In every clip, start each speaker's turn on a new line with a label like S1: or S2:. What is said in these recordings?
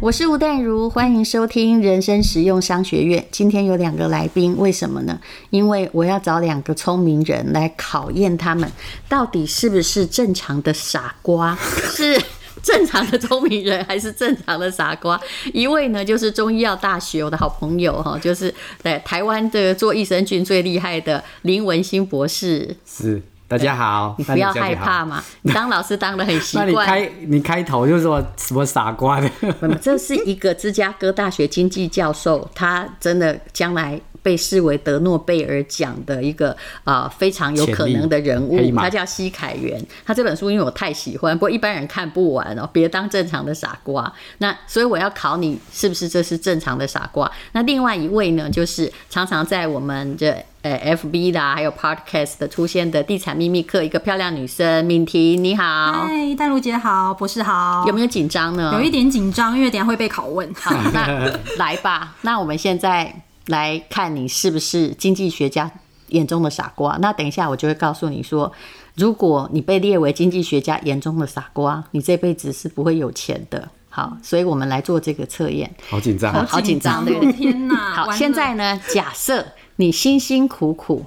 S1: 我是吴淡如，欢迎收听人生实用商学院。今天有两个来宾，为什么呢？因为我要找两个聪明人来考验他们到底是不是正常的傻 瓜，是正常的聪明人还是正常的傻瓜。一位呢就是中医药大学我的好朋友哈，就是在台湾的做益生菌最厉害的林文新博士。
S2: 是，大家好，
S1: 你不要
S2: 那小姐
S1: 害
S2: 好
S1: 怕。嘛，你当老师当的很习
S2: 那
S1: 惯。
S2: 你开你开头就说什么傻瓜的？
S1: 那么这是一个芝加哥大学经济教授，他真的将来被视为得诺贝尔奖的一个呃非常有可能的人
S2: 潜力嗯
S1: 物
S2: 黑，马
S1: 他叫西凯元。他这本书因为我太喜欢，不过一般人看不完哦，别当正常的傻瓜。那所以我要考你，是不是这是正常的傻瓜？那另外一位呢，就是常常在我们这。呃，FB 啦，还有 Podcast 的出现的地产秘密课，一个漂亮女生敏婷，你好，
S3: 嗨，淡如姐好，博士好，
S1: 有没有紧张呢？
S3: 有一点紧张，因为等一下会被拷问。 好，
S1: 那来吧，那我们现在来看你是不是经济学家眼中的傻瓜。那等一下我就会告诉你说，如果你被列为经济学家眼中的傻瓜，你这辈子是不会有钱的。好，所以我们来做这个测验。
S2: 好紧张啊，
S1: 好紧张对不对
S3: 天 哪！
S1: 好，
S3: 啊完了
S1: 现在呢，假设你辛辛苦苦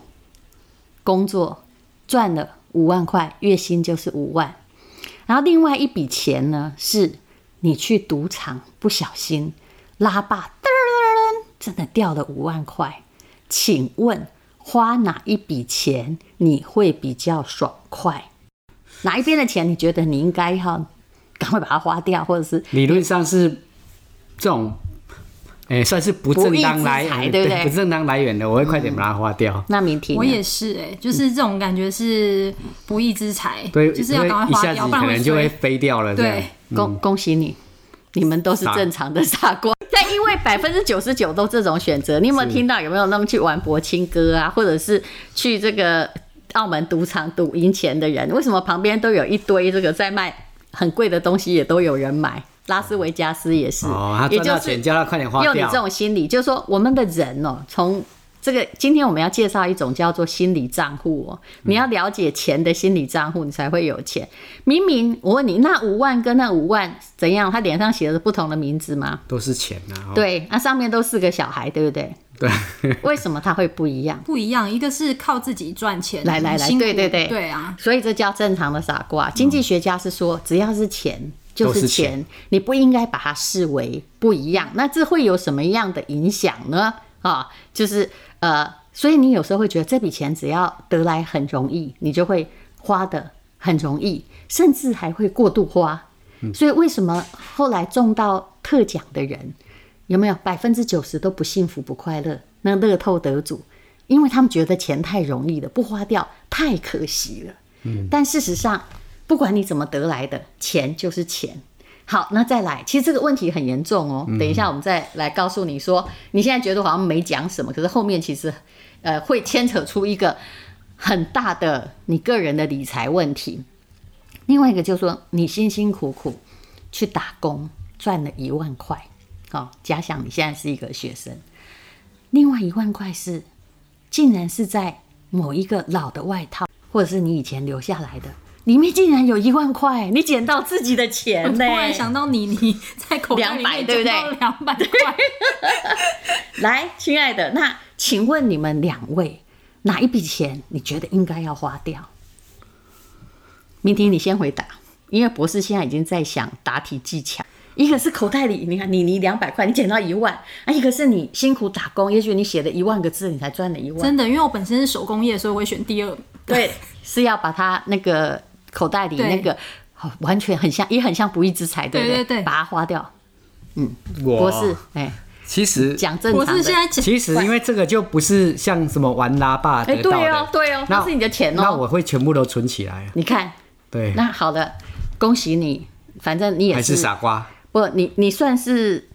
S1: 工作赚了五万块，月薪就是五万，然后另外一笔钱呢，是你去赌场不小心拉把，噔真的掉了五万块，请问花哪一笔钱你会比较爽快？哪一边的钱你觉得你应该要赶快把它花掉，或者是
S2: 理论上是这种，哎、算是不正当来
S1: 不义之财
S2: 源，
S1: 对不对
S2: 不正当来源的，我会快点把它花掉。
S1: 那明婷呢？
S3: 我也是哎、就是
S1: 嗯
S3: 这种感觉是不义之财，
S2: 对，
S3: 就是要
S2: 因为
S3: 赶快
S2: 一
S3: 花
S2: 下
S3: 掉，
S2: 子
S3: 不然
S2: 可能就会
S3: 衰
S2: 飞掉了。这
S3: 对
S2: 样，
S1: 恭恭喜你，你们都是
S2: 傻
S1: 正常的傻瓜。 但因为百分之九十九都这种选择，你有没有听到？有没有那么去玩博清哥啊，或者是去这个澳门赌场赌赢钱的人？为什么旁边都有一堆这个在卖很贵的东西，也都有人买？拉斯维加斯也是，
S2: 哦，他
S1: 也
S2: 赚
S1: 就
S2: 到
S1: 是
S2: 钱叫他快点花
S1: 用你
S2: 掉
S1: 这。种心理，就是说我们的人哦，从这个今天我们要介绍一种叫做心理账户哦，你要了解钱的心理账户，你才会有钱。明明我问你，那五万跟那五万怎样？他脸上写的是不同的名字吗？
S2: 都是钱呐、哦
S1: 对，那上面都四个小孩，对不对？
S2: 对，
S1: 为什么他会不一样？
S3: 不一样。一个是靠自己赚钱，
S1: 来来来
S3: 很辛苦
S1: 对对对
S3: 对啊，
S1: 所以这叫正常的傻瓜。经济学家是说，只要是钱就
S2: 都是
S1: 是钱，你不应该把它视为不一样。那这会有什么样的影响呢？啊，就是呃，所以你有时候会觉得这笔钱只要得来很容易，你就会花的很容易，甚至还会过度花。所以为什么后来中到特奖的人，有没有百分之九十都不幸福不快乐？那乐透得主，因为他们觉得钱太容易了，不花掉太可惜了。嗯，但事实上，不管你怎么得来的，钱就是钱。好，那再来，其实这个问题很严重哦。等一下我们再来告诉你说，你现在觉得好像没讲什么，可是后面其实，呃，会牵扯出一个很大的你个人的理财问题。另外一个就是说，你辛辛苦苦去打工赚了一万块，好、假想你现在是一个学生，另外一万块是竟然是在某一个老的外套，或者是你以前留下来的，里面竟然有一万块，你捡到自己的
S3: 我
S1: 钱
S3: 突
S1: 呢、
S3: 然想到你，你在口袋里
S1: 200
S3: 面
S1: 对不对
S3: 两百块，
S1: 来，亲爱的，那请问你们两位哪一笔钱你觉得应该要花掉？明婷，你先回答，因为博士现在已经在想答题技巧。一个是口袋里，你看你你两百块，你捡到一万；啊，一个是你辛苦打工，也许你写了一万个字，你才赚了一万。
S3: 真的，因为我本身是手工业，所以我会选第二。
S1: 对， 是要把它那个口袋里
S3: 对
S1: 那个，好完全很像，也很像不义之财，对不
S3: 对对对
S1: 把它花掉。
S2: 我
S1: 博士，哎、
S2: 其实
S1: 讲正
S3: 我
S1: 常
S3: 是现
S1: 的。
S3: 在
S2: 其实因为这个就不是像什么玩拉霸得
S1: 哎，
S2: 到
S1: 对
S2: 的，
S1: 哦，对哦，
S2: 那
S1: 那是你的钱哦。
S2: 那我会全部都存起来。
S1: 你看，
S2: 对，
S1: 那好了，恭喜你，反正你也
S2: 还
S1: 是
S2: 是傻瓜。
S1: 不，你你算是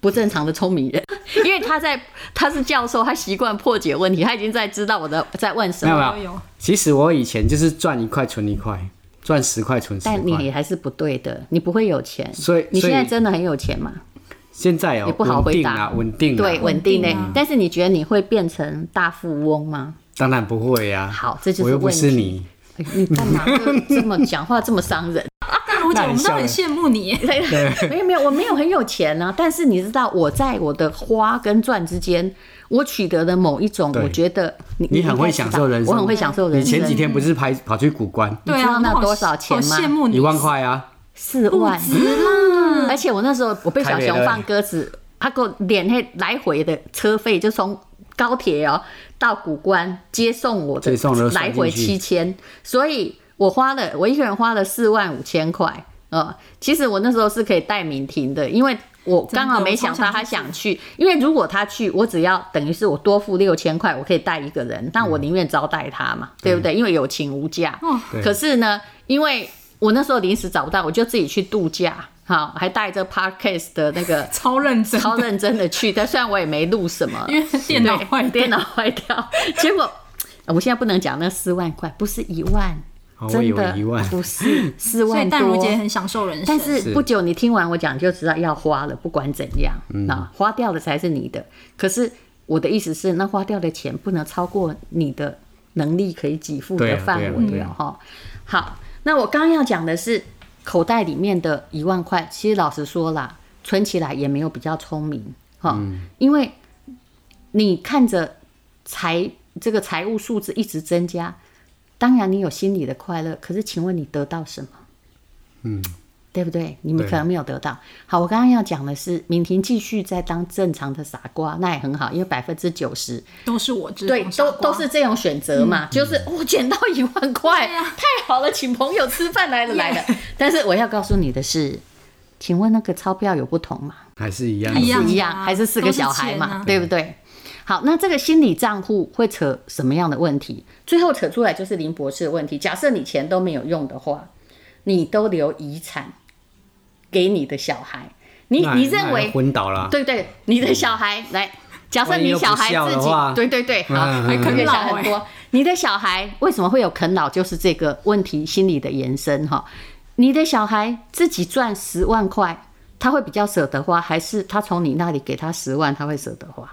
S1: 不正常的聪明人， 因为他在他是教授，他习惯破解问题，他已经在知道我的在问什
S2: 没有啊
S1: 么，
S2: 没
S3: 有
S2: 有
S3: 有，
S2: 其实我以前就是赚一块存一块，赚十块存十
S1: 但你
S2: 块。
S1: 也还是不对的，你不会有钱，
S2: 所以
S1: 你
S2: 所
S1: 现
S2: 以
S1: 在真的很有钱嘛？
S2: 现在
S1: 也
S2: 哦、
S1: 不好
S2: 稳
S1: 回
S2: 定
S1: 答
S2: 啊，稳定啊。
S1: 对，稳定的、
S3: 定啊
S1: 但是你觉得你会变成大富翁 吗？
S2: 当然不会呀、啊
S1: 好这就是
S2: 我又不
S1: 问
S2: 是
S1: 题
S2: 你。
S1: 哎你干嘛就这么讲话这么伤人？
S3: 淡如姐，我们都很羡慕你。
S1: 没有没有，我没有很有钱啊，但是你知道，我在我的花跟赚之间，我取得的某一种，
S2: 对
S1: 我觉得你
S2: 你很
S1: 应该
S2: 会
S1: 知道
S2: 享受人生，
S1: 我很会享受人
S2: 你前几
S1: 生。
S2: 天不是拍跑去古关
S3: 对
S1: 你知
S3: 啊，
S1: 道
S3: 我们
S1: 那
S3: 好
S1: 多少钱
S3: 好
S1: 吗
S3: 羡慕你，
S2: 一万块啊？
S1: 四万，而且我那时候我被小
S2: 太美
S1: 熊
S2: 了
S1: 放鸽子，他给我连那来回的车费就从高铁哦到古关接送我的
S2: 接送了
S1: 来回
S2: 算进
S1: 七
S2: 去
S1: 千，所以我花了我一个人花了四万五千块。呃，其实我那时候是可以带敏婷的，因为我
S3: 的
S1: 刚好没想到
S3: 我超想
S1: 她想去，因为如果她去，我只要等于是我多付六千块，我可以带一个人，但
S2: 嗯
S1: 我宁愿招待她嘛，对不对？因为友情无价。
S3: 哦
S2: 对
S1: 可是呢，因为我那时候临时找不到，我就自己去度假，好，还带着 Parkcase 的那个
S3: 超认 真，
S1: 超认真的去，但虽然我也没录什么，
S3: 因为电脑坏
S1: 电
S3: 掉，
S1: 脑坏掉， 结果。呃我现在不能讲那四万块，不是一万，
S2: 哦我
S1: 真
S2: 以
S1: 的
S2: 为一万，
S1: 不是四
S3: 所
S1: 万多。
S3: 以淡如姐很享受人生
S1: 但。是
S2: 是
S1: 不久你听完我讲就知道要花了，不管怎样，
S2: 嗯
S1: 那、花掉的才是你的。可是我的意思是，那花掉的钱不能超过你的能力可以给付
S2: 对
S1: 的
S2: 啊
S1: 范围
S2: 对
S1: 了
S2: 啊
S1: 哈、好，那我刚要讲的是，口袋里面的一万块，其实老实说啦，存起来也没有比较聪明哈、
S2: 嗯
S1: 因为你看着财这个财务数字一直增加，当然你有心里的快乐，可是请问你得到什么？对不对？你们
S2: 对
S1: 可能没有得到。好，我刚刚要讲的是，敏婷继续在当正常的傻瓜，那也很好，因为百分之九十
S3: 都是我知道，
S1: 对都都是这种选择嘛，就是我捡到一万块，
S3: 对啊
S1: 太好了，请朋友吃饭来了来 了。但是我要告诉你的是，请问那个钞票有不同吗？
S2: 还是一样
S3: 一样
S1: 是一
S3: 的
S1: 样，
S3: 啊
S1: 还是四个小孩嘛，
S3: 都是钱啊
S1: 对不对？好，那这个心理账户会扯什么样的问题？最后扯出来就是林博士的问题。假设你钱都没有用的话，你都留遗产给你的小孩，你
S2: 那
S1: 你认
S2: 那
S1: 为
S2: 也昏倒了，
S1: 对对，你的小孩来，假设你小孩
S2: 万一又
S1: 自
S2: 不
S1: 己
S2: 孝的话，
S1: 对对对，好，
S2: 嗯
S1: 会欸
S3: 啃
S1: 越
S3: 老
S1: 想很多。你的小孩为什么会有啃老，就是这个问题心理的延伸哈。你的小孩自己赚十万块，他会比较舍得花，还是他从你那里给他十万，他会舍得花？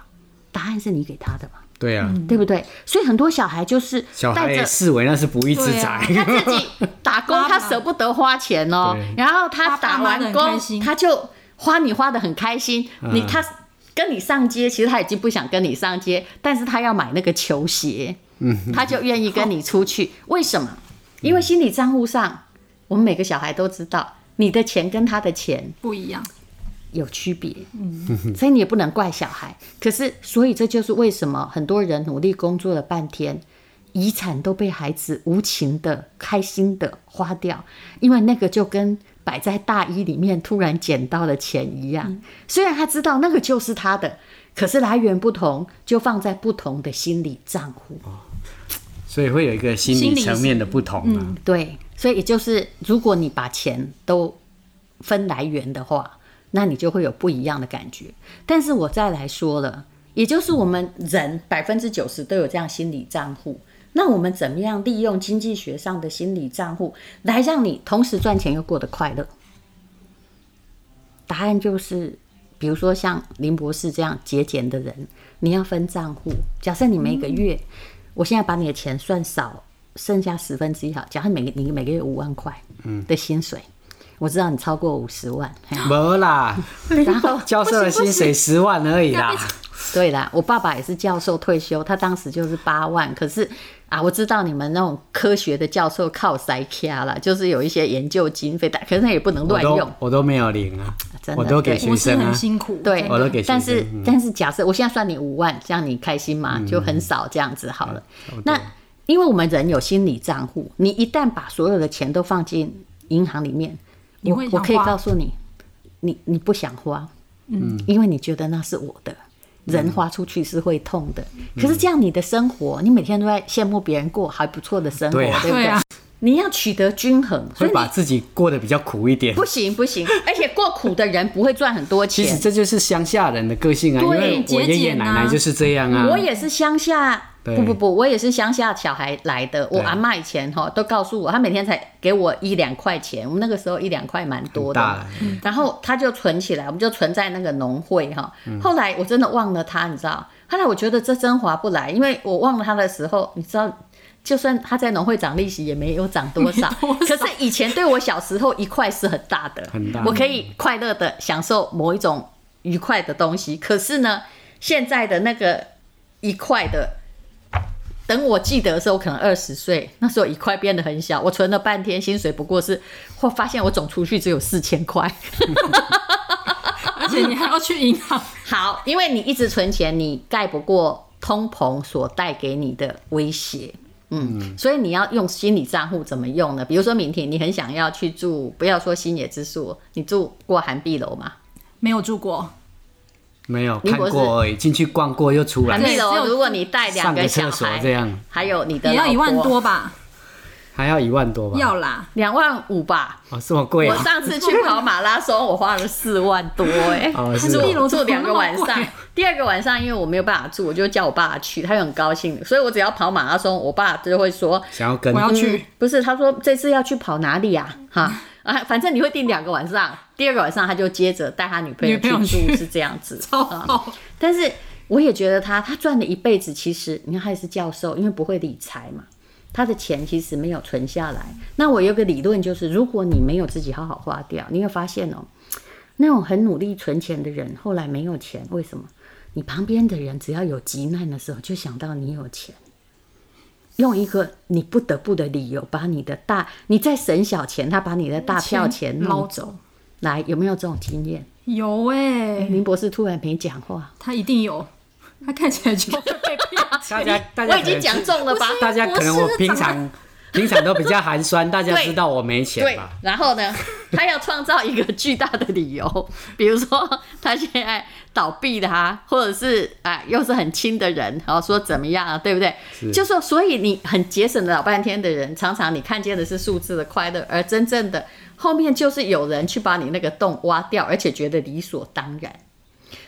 S1: 答案是你给他的嘛，
S2: 对啊，
S1: 对不对？所以很多小孩就是
S2: 小孩
S1: 带着啊
S2: 也视为那是不义之财，
S1: 他自己打工，他舍不得花钱哦、
S2: 对
S1: 然后他打完
S3: 他爸花得很
S1: 工
S3: 开，心
S1: 他就花你花的很开心。你他跟你上街，其实他已经不想跟你上街，但是他要买那个球鞋，他就愿意跟你出去。 为什么？因为心理账户上，我们每个小孩都知道，你的钱跟他的钱
S3: 不一样。
S1: 有区别， 所以你也不能怪小孩。可是，所以这就是为什么很多人努力工作了半天，遗产都被孩子无情的、开心的花掉，因为那个就跟摆在大衣里面突然捡到的钱一样。虽然他知道那个就是他的，可是来源不同，就放在不同的心理账户。
S2: 所以会有一个心
S3: 心
S2: 理
S3: 理
S2: 层面的不同啊。
S1: 对，所以也就是如果你把钱都分来源的话，那你就会有不一样的感觉。但是我再来说了，也就是我们人百分之九十都有这样心理账户。那我们怎么样利用经济学上的心理账户，来让你同时赚钱又过得快乐？答案就是，比如说像林博士这样节俭的人，你要分账户。假设你每个月，我现在把你的钱算少，剩下十分之一好，假设每个你每个月五万块的薪水，我知道你超过五十万，嘿
S2: 没啦，
S1: 然后
S2: 教授的薪水十万而已啦，
S1: 对啦，我爸爸也是教授退休，他当时就是八万。可是啊，我知道你们那种科学的教授靠塞卡啦，就是有一些研究经费，但可是那也不能
S2: 我
S1: 乱
S2: 都
S1: 用。
S2: 我都没有领啊
S1: 真，的
S2: 我都给学
S3: 我是
S2: 生啊
S3: 很，辛苦，
S1: 对，
S2: 我都给学
S1: 但
S2: 生嗯
S1: 是、但是假设我现在算你五万，这样你开心吗？就很少这样子好了。
S2: 嗯
S1: 那因为我们人有心理账户，你一旦把所有的钱都放进银行里面，
S3: 你
S1: 我
S3: 会
S1: 我
S3: 想
S1: 可以
S3: 花
S1: 告诉你，你你不想花，嗯，因为你觉得那是我的。人花出去是会痛的，
S2: 嗯
S1: 可是这样你的生活，你每天都在羡慕别人过还不错的生活，
S2: 对啊
S1: 不
S3: 对
S1: 对
S3: 啊？
S1: 你要取得均衡，所
S2: 会
S1: 以你
S2: 把自己过得比较苦一点
S1: 不。行不行，而且过苦的人不会赚很多
S2: 其
S1: 钱。
S2: 实这就是乡下人的个性啊，因
S1: 对
S2: 为我爷
S3: 节
S2: 爷
S3: 俭啊
S2: 奶奶就是这样啊。
S1: 我也是乡下，
S2: 对
S1: 不不不，我也是乡下小孩来的。我
S2: 对
S1: 阿妈以前哈都告诉我，她每天才给我一两块钱，我们那个时候一两块蛮多的嘛
S2: 很大，
S1: 然后她就存起来，我们就存在那个农会哈。
S2: 嗯
S1: 后来我真的忘了她，你知道，后来我觉得这真划不来，因为我忘了她的时候，你知道。就算他在农会涨利息也没有涨多 少，可是以前对我小时候一块是很大的，
S2: 很大
S1: 我可以快乐的享受某一种愉快的东西。可是呢，现在的那个一块的，等我记得的时候，我可能二十岁，那时候一块变得很小，我存了半天，薪水不过是，我发现我总储蓄只有四千块。
S3: 而且你还要去银行，
S1: 好，因为你一直存钱，你盖不过通膨所带给你的威胁。嗯，所以你要用心理账户怎么用呢？比如说，明婷，你很想要去住，不要说新野之树，你住过寒碧楼吗？
S3: 没有住过，
S2: 没有
S1: 民
S2: 看
S1: 国是
S2: 过而已，进去逛过又出
S1: 寒
S2: 来，
S1: 碧
S3: 只
S1: 楼，
S3: 有
S1: 如果你带两
S2: 上个
S1: 小
S2: 厕所
S1: 孩，
S2: 这样
S1: 还有你的
S3: 也要
S1: 老
S3: 一万
S1: 婆，
S3: 多吧？
S2: 还要一万多吧？
S3: 要啦，
S1: 两万五吧。
S2: 哦，这么贵
S1: 我
S2: 啊！
S1: 上次去跑马拉松，我花了四万多 哎、
S2: 哦是
S1: 住
S2: 哦
S1: 住两个晚
S3: 怎么那
S1: 上
S3: 么贵，
S1: 第二个晚上因为我没有办法住，我就叫我爸去，他就很高兴，所以我只要跑马拉松，我爸就会说
S2: 想要跟
S3: 我要
S1: 嗯
S3: 去，
S1: 不是，他说这次要去跑哪里呀、啊？哈啊，反正你会定两个晚上，第二个晚上他就接着带他女朋友
S3: 女朋友
S1: 去住，
S3: 去
S1: 是这样 子。
S3: 超
S1: 啊
S3: 好，
S1: 但是我也觉得他，他赚了一辈子，其实你看他也是教授，因为不会理财嘛，他的钱其实没有存下来。那我有个理论就是，如果你没有自己好好花掉，你会发现哦、那种很努力存钱的人，后来没有钱，为什么？你旁边的人只要有急难的时候，就想到你有钱，用一个你不得不的理由，把你的大你在省小钱，他把你的大票嗯钱
S3: 嗯捞
S1: 弄走。
S3: 走。
S1: 来，有没有这种经验？
S3: 有哎、
S1: 林博士突然没讲话，
S3: 他一定有，他看起来就会被 骗。
S2: 大家，大家
S1: 我已经
S2: 可能
S1: 讲中了吧？
S2: 大家可能我平常平常都比较寒酸，大家
S1: 对
S2: 知道我没钱
S1: 对
S2: 吧？，
S1: 然后呢，他要创造一个巨大的理由， 比如说他现在倒闭啦、或者是啊、又是很亲的人，然后说怎么样啊，对不对？
S2: 是
S1: 就说所以你很节省了老半天的人，常常你看见的是数字的快乐，而真正的后面就是有人去把你那个洞挖掉，而且觉得理所当然。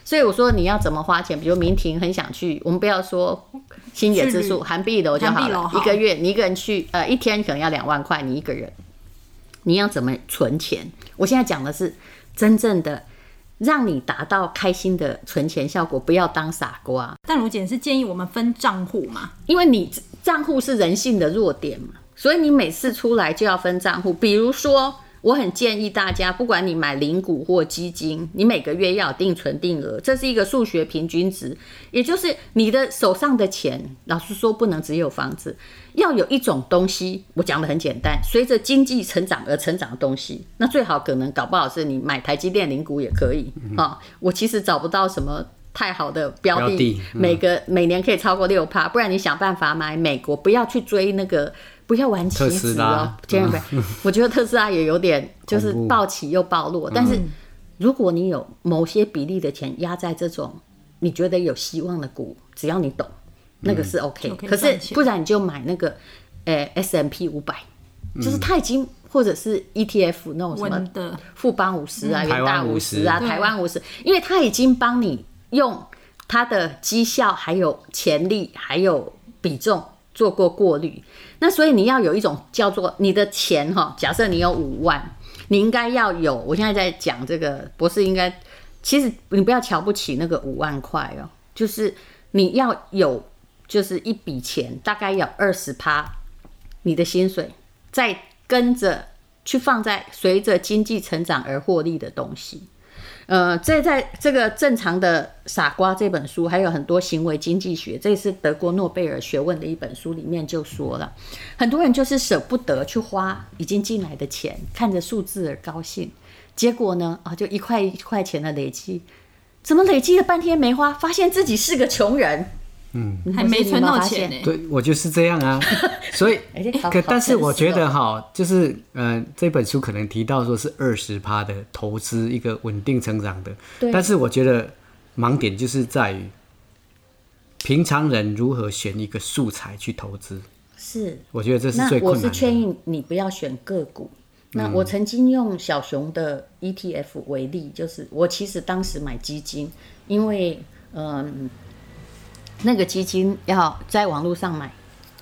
S1: 所以我说你要怎么花钱，比如明婷很想去，我们不要说新野之
S3: 去
S1: 树、韩碧楼就
S3: 韩
S1: 好
S3: 碧楼
S1: 了，
S3: 好
S1: 一个月你一个人去，呃，一天可能要两万块，你一个人。你要怎么存钱？我现在讲的是真正的让你达到开心的存钱效果，不要当傻瓜，
S3: 但如姐是建议我们分账户嘛？
S1: 因为你账户是人性的弱点嘛，所以你每次出来就要分账户。比如说，我很建议大家，不管你买零股或基金，你每个月要有定存定额，这是一个数学平均值，也就是你的手上的钱，老实说不能只有房子，要有一种东西，我讲的很简单，随着经济成长而成长的东西，那最好可能搞不好是你买台积电零股也可以啊、我其实找不到什么太好的标的，
S2: 标的嗯
S1: 每个每年可以超过六趴，不然你想办法买美国，不要去追那个，不要玩棋
S2: 特斯
S1: 子哦
S2: 拉，嗯
S1: 千万不要。 我觉得特斯拉也有点就是
S2: 恐怖嗯
S1: 暴起又暴落，但是如果你有某些比例的钱压在这种你觉得有希望的股，只要你懂，那
S2: 嗯
S1: 个是 OK、
S3: 就可以
S1: 可是
S3: 赚钱
S1: 不然你就买那个，呃，S M P 五百，
S2: 嗯
S1: 就是它已经或者是 E T F 那种什么
S3: 稳的
S1: 富邦五十啊、元
S2: 嗯台
S1: 大
S2: 湾
S1: 五十啊、
S2: 50
S1: 台湾五十，因为它已经帮你用它的绩效、还有潜力、还有比重做过过滤。那所以你要有一种叫做你的钱哈，假设你有五万，你应该要有。我现在在讲这个博士应该，其实你不要瞧不起那个五万块哦，就是你要有，就是一笔钱大概要二十趴你的薪水，再跟着去放在随着经济成长而获利的东西。呃，这在这个《正常的傻瓜》这本书，还有很多行为经济学，这也是德国诺贝尔学问的一本书里面就说了，很多人就是舍不得去花已经进来的钱，看着数字而高兴，结果呢，啊，就一块一块钱的累积，怎么累积了半天没花，发现自己是个穷人，嗯，
S3: 还没存到钱呢、欸
S2: 对，我就是这样 啊。所以
S1: 哎好，
S2: 可
S1: 好
S2: 但是
S1: 真
S2: 我
S1: 实
S2: 觉得
S1: 哦
S2: 哈，就是嗯、呃这本书可能提到说是二十趴的投资，一个稳定成长的
S1: 对。
S2: 但是我觉得盲点就是在于平常人如何选一个素材去投资，
S1: 是
S2: 我觉得这是
S1: 那
S2: 最
S1: 我
S2: 困
S1: 是
S2: 难
S1: 劝
S2: 的。嗯
S1: 议你不要选个股。那我曾经用小熊的 ETF 为例，就是我其实当时买基金，因为嗯，那个基金要在网络上买，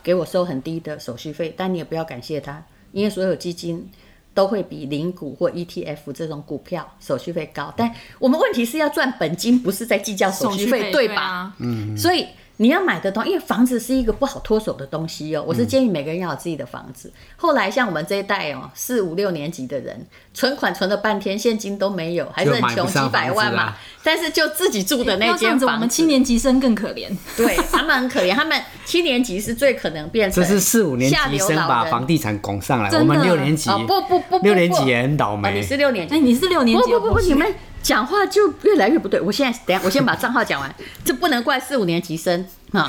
S1: 给我收很低的手续费，但你也不要感谢他，因为所有基金都会比零股或 ETF 这种股票手续费高。但我们问题是要赚本金，不是在计较手
S3: 手
S1: 续
S3: 续
S1: 费，
S3: 对
S1: 吧？
S2: 嗯
S3: 啊，
S1: 所以你要买的东西，因为房子是一个不好脱手的东西哦。我
S2: 嗯
S1: 是建议每个人要有自己的房子。后来像我们这一代哦，四五六年级的人，存款存了半天，现金都没有，还是
S2: 就
S1: 很
S2: 买不
S1: 穷，几
S2: 上
S1: 百
S2: 房
S1: 万
S2: 子
S1: 嘛
S2: 啦。
S1: 但是就自己住的那
S3: 要这样
S1: 间
S3: 子，我
S1: 房
S3: 们七
S1: 子，
S3: 年级生更可怜。
S1: 对他们很可怜，他们七年级是最可能变成
S2: 这是四五年
S1: 下
S2: 级
S1: 流
S2: 生
S1: 老
S2: 把
S1: 人
S2: 房地产拱上来，
S3: 真的
S2: 我们六年级
S1: 哦不不不不
S2: 六年级
S1: 不
S2: 也很倒
S1: 哦，你
S2: 霉。
S1: 是六年级
S3: 哎，，你是六年级，
S1: 不不不
S3: 我
S1: 不，
S3: 是
S1: 你们讲话就越来越不对。我现在等一下，我先把账号讲完，这不能怪四五年级生啊。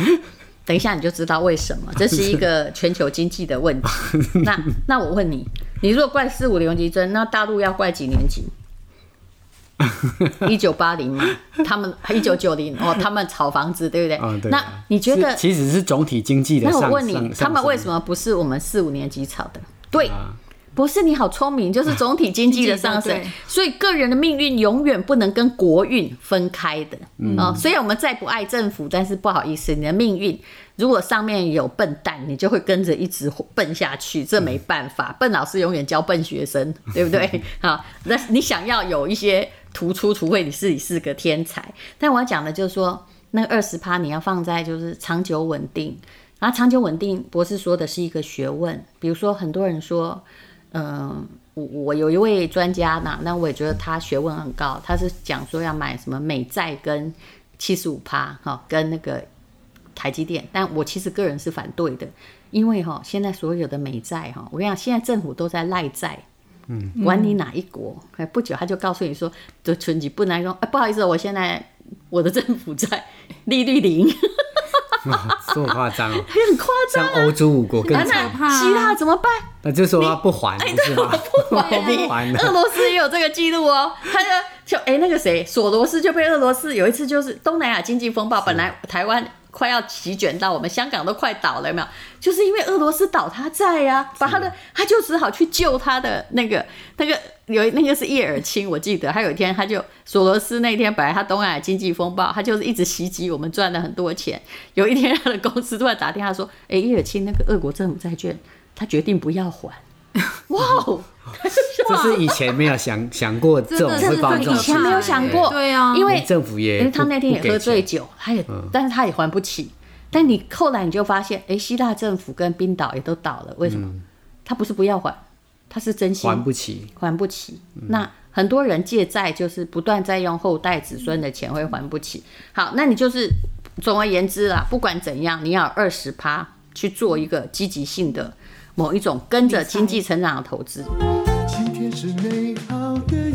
S1: 等一下你就知道为什么，这是一个全球经济的问题。那那我问你，你如果怪四五年级生，那大陆要怪几年级？一九八零嘛，他们一九九零哦，他们炒房子对不对？
S2: 嗯，对啊。
S1: 那你觉得
S2: 是其实是总体经济的
S1: 那
S2: 上
S1: 我
S2: 上
S1: 问你，
S2: 上
S1: 他们为什
S2: 升
S1: 么不是我们四五年级炒的？对
S2: 啊，
S1: 不是你好聪明， 就是总体经济的上
S3: 经济
S1: 升
S3: 的对。
S1: 所以个人的命运永远不能跟国运分开的。
S3: 嗯
S1: 哦，虽然我们再不爱政府，但是不好意思，你的命运如果上面有笨蛋，你就会跟着一直笨下去，这没办法。笨老师永远教笨学 生，对不对？好，那你想要有一些突出，除非你是你是个天才。但我要讲的就是说，那二十趴你要放在就是长久稳定。然后长久稳定，博士说的是一个学问。比如说，很多人说，嗯，我我有一位专家呢，那我也觉得他学问很高，他是讲说要买什么美债跟七十五趴哈，跟那个台积电，但我其实个人是反对的，因为哈、现在所有的美债哈、我跟你讲，现在政府都在赖债。嗯，管你哪一国，哎不久他就告诉你说，就存几不能说，哎，不好意思，我现在我的政府债利率零，
S2: 这么夸张哦？
S1: 很夸张。
S2: 像欧洲五国 更
S1: 那
S2: 惨，
S3: 怕啊
S1: 希腊怎么办？
S2: 那就说他不还，不是吗？哎我 不还啊
S1: 俄
S2: 了。
S1: 罗斯也有这个记录哦，他就就哎、那个谁，索罗斯就被俄罗斯有一次就是东南亚经济风暴，本来台湾快要席卷到我们香港都快倒了，有没有？就是因为俄罗斯倒他债呀、把他的他就只好去救他的那个那个有那个是叶尔钦，我记得他有一天他就索罗斯那天本来他东南亚经济风暴，他就是一直袭击我们赚了很多钱，有一天他的公司突然打电话说，哎、叶尔钦那个俄国政府债券他决定不要还，哇 哦！
S2: 这是以前没有想想过这种会发生这
S1: 以
S2: 种事
S1: 前没有想过，
S3: 对啊
S1: 因为
S2: 连政府也
S1: 因为他
S2: 不
S1: 那天
S2: 不
S1: 也
S2: 给
S1: 喝醉
S2: 钱嗯
S1: 酒，他也，但是他也还不起。但你后来你就发现，哎，希腊政府跟冰岛也都倒了，为什么？他不是不要还，他是真心
S2: 嗯还不嗯起，
S1: 还不起。那很多人借债就是不断在用后代子孙的钱会还不起。好，那你就是总而言之啦，不管怎样，你要二十趴去做一个积极性的某一种跟着经济成长的投资。
S4: 今天是美好的